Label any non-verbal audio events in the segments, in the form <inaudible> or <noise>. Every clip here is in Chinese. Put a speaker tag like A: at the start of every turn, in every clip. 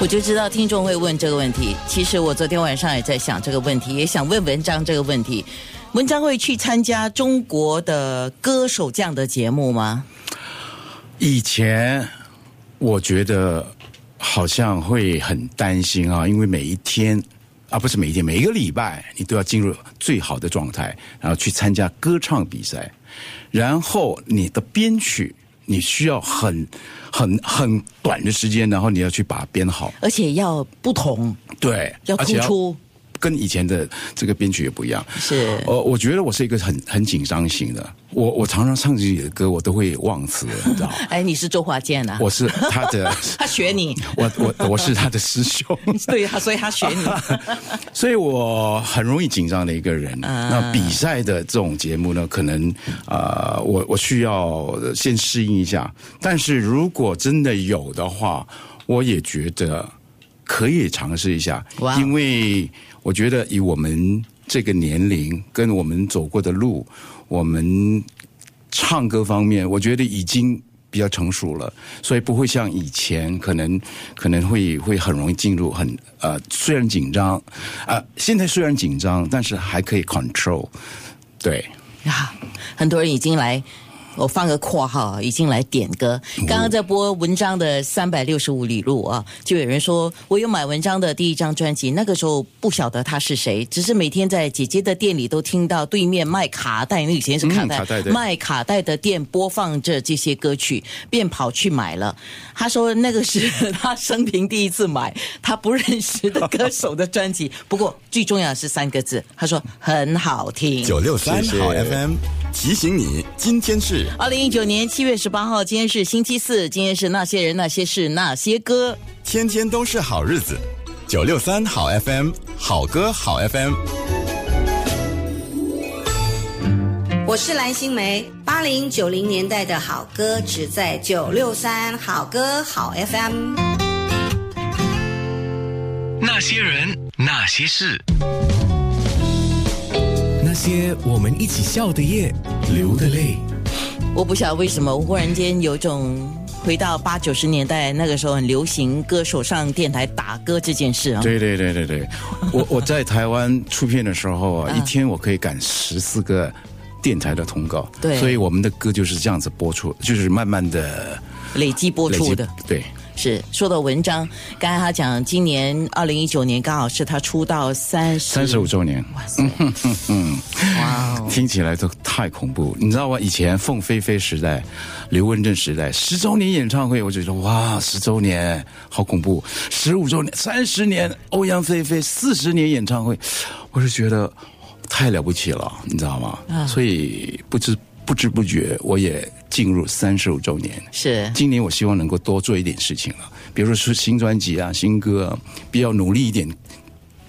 A: 我就知道听众会问这个问题。其实我昨天晚上也在想这个问题，也想问文章这个问题。文章会去参加中国的歌手这样的节目吗？
B: 以前我觉得好像会很担心啊，因为每一天啊，不是每一天，每一个礼拜你都要进入最好的状态，然后去参加歌唱比赛，然后你的编曲你需要很很很短的时间，然后你要去把它编好，
A: 而且要不同，
B: 对，
A: 要
B: 而且
A: 突出，
B: 跟以前的这个编曲也不一样。
A: 是
B: 呃，我觉得我是一个很很紧张型的，我我常常唱自己的歌，我都会忘词，你知道吗？
A: 哎，你是周华健啊？
B: 我是他的，
A: 他学你，
B: 我我我是他的师兄，
A: 对啊，所以他学你。
B: <laughs> 所以我很容易紧张的一个人。
A: 嗯
B: 那比赛的这种节目呢，可能呃，我我需要先适应一下。但是如果真的有的话，我也觉得可以尝试一下
A: 哇哦
B: 因为我觉得以我们这个年龄跟我们走过的路，我们唱歌方面，我觉得已经比较成熟了，所以不会像以前可能可能会会很容易进入很呃，虽然紧张，呃，现在虽然紧张，但是还可以 control，对。
A: 啊，很多人已经来，我放个括号，已经来点歌。
B: 嗯
A: 刚刚在播文章的三百六十五里路啊，就有人说我有买文章的第一张专辑，那个时候不晓得他是谁，只是每天在姐姐的店里都听到对面卖卡带，那以前是卡带，
B: 嗯卡带对
A: 卖卡带的店播放着这些歌曲，便跑去买了。他说那个是他生平第一次买他不认识的歌手的专辑，不过最重要的是三个字，他说很好听。
C: 九六三
D: 谢谢
C: 好 FM 提醒你，今天是
A: 二零一九年七月十八号，今天是星期四，今天是那些人、那些事、那些歌。
C: 天天都是好日子。九六三好 FM，好歌好 FM。
E: 我是蓝心湄，八零九零年代的好歌只在九六三好歌好 FM。
F: 那些人，那些事，
D: 那些我们一起笑的夜，流的泪。
A: 我不晓得为什么，我忽然间有种回到八九十年代那个时候很流行歌手上电台打歌这件事啊。
B: 对对对对对，我我在台湾出片的时候啊，一天我可以赶十四个电台的通告，
A: 对
B: 所以我们的歌就是这样子播出，就是慢慢的
A: 累积播
B: 累
A: 出
B: 积
A: 的。
B: 对，
A: 是说到文章，刚才他讲今年二零一九年刚好是他出道三十
B: 三十五周年，
A: 哇塞，嗯哇哦，
B: 听起来都太恐怖，你知道吗？以前凤飞飞时代、刘文正时代十周年演唱会，我就觉得哇，十周年好恐怖，十五周年、三十年，欧阳菲菲四十年演唱会，我是觉得太了不起了，你知道吗？
A: 嗯
B: 所以不知不知不觉，我也进入三十五周年。
A: 是
B: 今年我希望能够多做一点事情了，比如说新专辑啊、新歌啊，比较努力一点，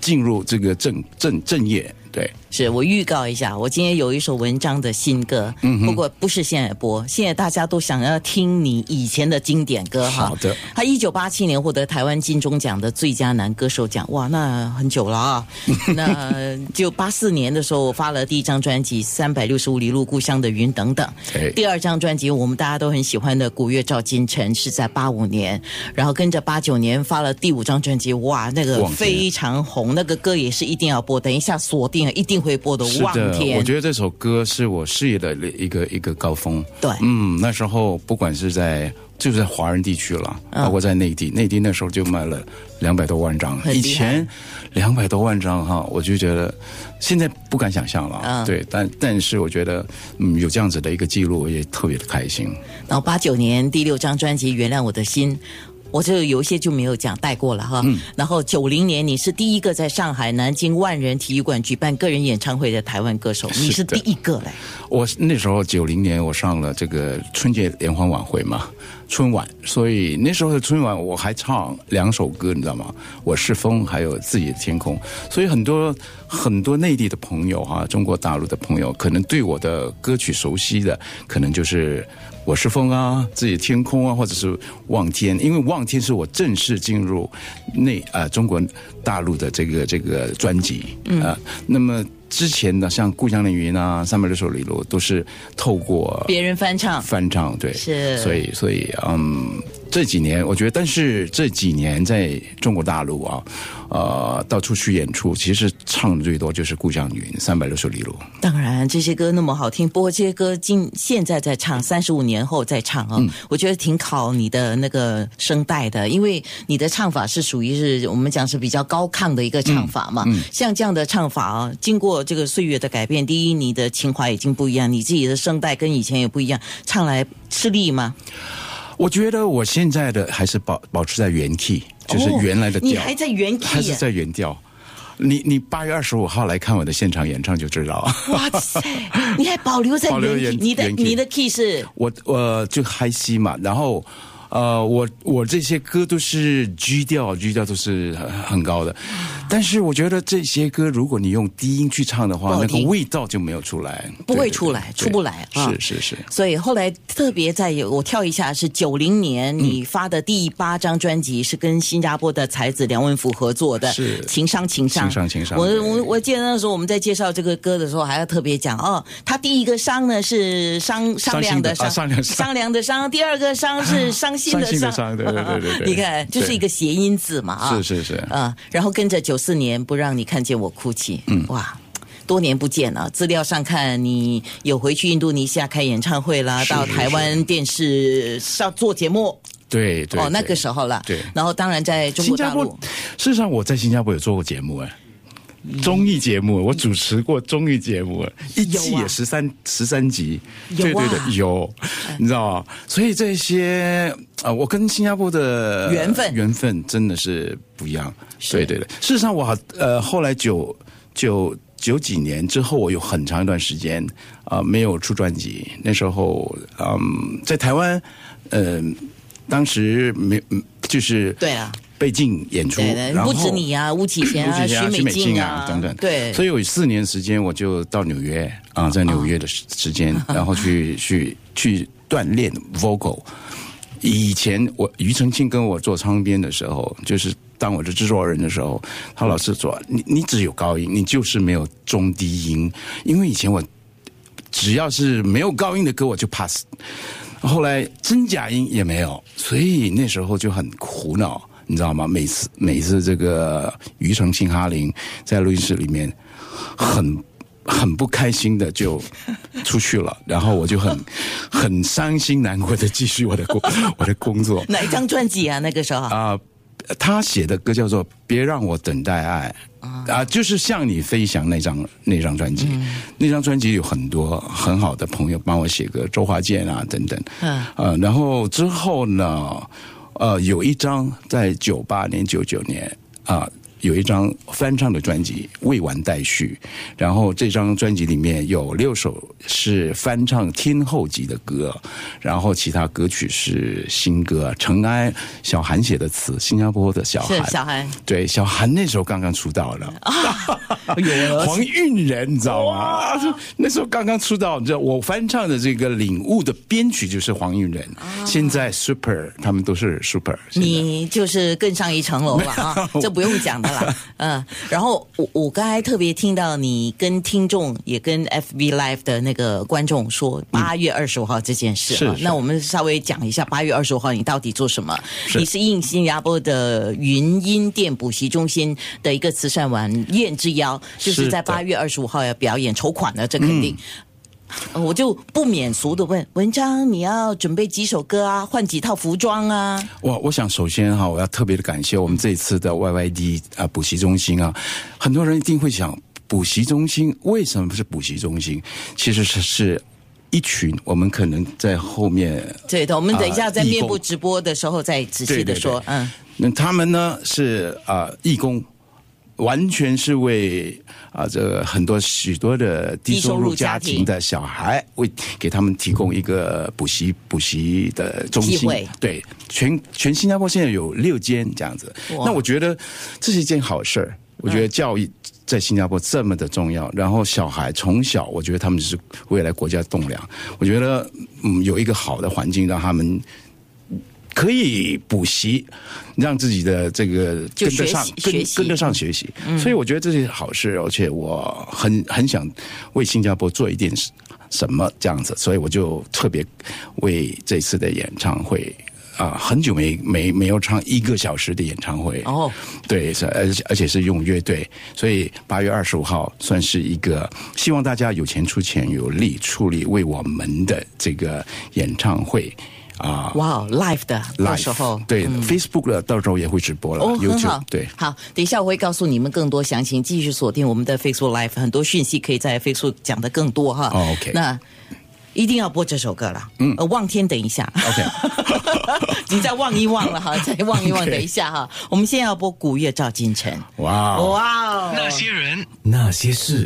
B: 进入这个正正正业。对，
A: 是我预告一下，我今天有一首文章的新歌，
B: 嗯
A: 不过不是现在播，现在大家都想要听你以前的经典歌哈。
B: 好的，
A: 他一九八七年获得台湾金钟奖的最佳男歌手奖，哇，那很久了
B: <laughs>
A: 啊。那就八四年的时候，我发了第一张专辑《三百六十五里路故乡的云》等等
B: 哎。
A: 第二张专辑我们大家都很喜欢的《古月照今晨》是在八五年，然后跟着八九年发了第五张专辑，哇，那个
B: 望天
A: 非常红，那个歌也是一定要播，等一下锁定了，一定会播的。
B: 是
A: 望
B: 的，
A: 天，
B: 我觉得这首歌是我事业的一个一个高峰。
A: 对
B: 嗯，那时候不管是在就是在华人地区了，
A: 嗯
B: 包括在内地，内地那时候就卖了两百多万张，
A: 很厉害
B: 以前两百多万张哈，我就觉得现在不敢想象了。
A: 嗯
B: 对，但但是我觉得嗯有这样子的一个记录，我也特别的开心。
A: 然后八九年第六张专辑《原谅我的心》。我就有一些就没有讲带过了哈，
B: 嗯
A: 然后九零年你是第一个在上海、南京万人体育馆举办个人演唱会的台湾歌手，你是
B: 是的
A: 第一个嘞，
B: 我那时候九零年，我上了这个春节联欢晚会嘛，春晚，所以那时候的春晚我还唱两首歌，你知道吗？我是风，还有自己的天空。所以很多很多内地的朋友哈、中国大陆的朋友，可能对我的歌曲熟悉的，可能就是我是风啊，自己的天空啊，或者是望天，因为望天是我正式进入内啊、呃中国大陆的这个这个专辑啊、呃那么之前的像《故乡的云》啊，《三百六十五里路》都是透过
A: 别人翻唱
B: 翻唱，对，
A: 是
B: 所以所以嗯，这几年，我觉得，但是这几年在中国大陆啊，呃，到处去演出，其实唱的最多就是顾江云《三百六十里路》。
A: 当然，这些歌那么好听，不过这些歌今现在在唱，三十五年后再唱
B: 嗯
A: 啊、我觉得挺考你的那个声带的，因为你的唱法是属于是我们讲是比较高亢的一个唱法嘛。
B: 嗯
A: 像这样的唱法啊，经过这个岁月的改变，第一，你的情怀已经不一样，你自己的声带跟以前也不一样，唱来吃力吗？
B: 我觉得我现在的还是保保持在原 key，就是原来的
A: 哦你
B: 调，
A: 还在原啊 key
B: 还是
A: 耶
B: 在原调。你你八月二十五号来看我的现场演唱就知道。
A: 哇塞，你还保留在
B: 保留
A: 原
B: 原
A: key，你的
B: 原 key
A: 你的 key 是
B: 我我就嗨西嘛，然后呃，我我这些歌都是 G 调，G 调都是很很高的，但是我觉得这些歌如果你用低音去唱的
A: 不
B: 话，
A: 好
B: 那
A: 听
B: 个味道就没有出来，
A: 不会
B: 对
A: 出来，
B: 对
A: 出不来啊。
B: 是是是，
A: 所以后来特别在有我跳一下，是九零年
B: 嗯
A: 你发的第八张专辑是跟新加坡的才子梁文福合作的，
B: 是
A: 情商情商
B: 情商情商
A: 我
B: 对
A: 我我记得那时候我们在介绍这个歌的时候，还要特别讲哦，他第一个商呢是商商量的商，
B: 伤心的啊商量的商
A: 商量的商，第二个商是伤心的
B: <laughs> 伤心的伤对对对对
A: <laughs>
B: 对
A: 你看就是一个谐音字嘛啊，
B: 是是是
A: 啊，然后跟着九四年不让你看见我哭泣，嗯，哇。多年不见了，资料上看你有回去印度尼西亚开演唱会啦，
B: 是
A: 到台湾电视上做节目
B: 对对
A: 哦，那
B: 对
A: 个时候了。
B: 对
A: 然后当然在中
B: 新
A: 国
B: 加
A: 大
B: 坡
A: 陆，，
B: 事实上我在新加坡有做过节目哎。综艺节目，我主持过综艺节目，一季
A: 嗯有啊
B: 也十三十三集，
A: 有啊哎
B: 对对的，有，你知道吗？所以这些啊、呃我跟新加坡的
A: 缘分
B: 缘分真的是不一样，对对对。事实上我，好呃后来九九九几年之后，我有很长一段时间啊、没有出专辑，那时候嗯在台湾，嗯、当时没嗯就是
A: 对啊。
B: 被禁演出，
A: 对对，
B: 然后
A: 不止你啊，吴启贤
B: 吴
A: 啊，
B: 启贤啊、
A: 徐
B: 徐
A: 美
B: 美
A: 静
B: 静
A: 啊
B: 啊等等，
A: 对，
B: 所
A: 以
B: 以我有四年时间我就到纽约啊，在纽约的时时间，然后去去去锻炼 vocal。以前我庾澄庆跟我做唱片的时候，就是当我的制作人的时候，他老是说你你只有高音，你就是没有中低音，因为以前我只要是没有高音的歌我就 pass，后来真假音也没有，所以那时候就很苦恼，你知道吗？每次每次这个庾澄庆、哈林在录音室里面很。很不开心的就出去了，然后我就很很伤心难过的继续我的工我的工作
A: 哪一张专辑啊？那个时候啊，
B: 啊、他写的歌叫做《别让我等待爱》啊、就是向你飞翔那张那张专辑，那张专辑有很多很好的朋友帮我写歌，周华健啊等等，
A: 嗯
B: 呃，然后之后呢，呃，有一张在九八年、九九年啊、有一张翻唱的专辑《未完待续》，然后这张专辑里面有六首是翻唱天后级的歌，然后其他歌曲是新歌，《尘埃》小韩写的词，新加坡的小
A: 是
B: 韩，
A: 小韩，啊
B: 对，小韩那时候刚刚出
A: <laughs>
B: 道了，黄韵仁，你知道吗？啊就那时候刚刚出道，你知道我翻唱的这个《领悟》的编曲就是黄韵仁，
A: 啊
B: 现在 Super 他们都是 Super 现在。
A: 你就是更上一层
B: <laughs>
A: 楼了啊，这不用讲的啦。嗯，然后我我刚才特别听到你跟听众也跟 FB Live 的那个观众说八月二十五号这件事、啊
B: 嗯是是
A: 那我们稍微讲一下八月二十五号你到底做什么？
B: 是
A: 你是应新加坡的云音店补习中心的一个慈善晚宴之邀，就是
B: 是
A: 在
B: 的
A: 八月二十五号要表演，筹款的这肯定。呃
B: 嗯
A: 我就不免俗的问文章，你要准备几首歌啊，换几套服装啊？
B: 我我想首先哈、我要特别的感谢我们这一次的 YYD 啊补习中心啊，很多人一定会想，补习中心为什么是补习中心？其实是是一群我们可能在后面
A: 对的，我们等一下
B: 啊
A: 在
B: 义
A: 面部
B: 工
A: 直播的时候再仔细
B: 对
A: 的
B: 对
A: 说。
B: 对
A: 嗯，
B: 那他们呢是啊、呃义工，完全是为啊、这很多许多的低收入家庭的小孩，为给他们提供一个补习补习的中
A: 机
B: 心
A: 会。
B: 对，全全新加坡现在有六间这样子。
A: 哇
B: 那我觉得这是一件好事儿。我觉得教育在新加坡这么的重要，然后小孩从小，我觉得他们是未来国家栋梁。我觉得，嗯，有一个好的环境让他们可以补习，让自己的这个
A: 就
B: 跟得上
A: 学习，学
B: 跟
A: 习嗯
B: 跟得上学习。所以我觉得这是好事，而且我很很想为新加坡做一点什么这样子，所以我就特别为这次的演唱会。啊、很久没没没有唱一个小时的演唱会
A: 哦，
B: 对，是而且而且是用乐队，所以八月二十五号算是一个希望大家有钱出钱，有力出力，为我们的这个演唱会啊。
A: 哇哦，live 的到
B: live，
A: 时候。嗯
B: 对、Facebook 了，到时候也会直播了。
A: 哦，很
B: YouTube
A: 好，
B: 对，
A: 好，等一下我会告诉你们更多详情，继续锁定我们的 Facebook Live，很多讯息可以在 Facebook 讲的更多哈。
B: 哦，OK
A: 那一定要播这首歌了，嗯，呃，望天等一下
B: OK
A: <laughs> 你再望一望了哈，再望一望，
B: OK
A: 等一下哈，我们现在要播古月赵今晨，
B: 哇、哦。
A: 哇哦，
F: 那些人。
D: 那些事。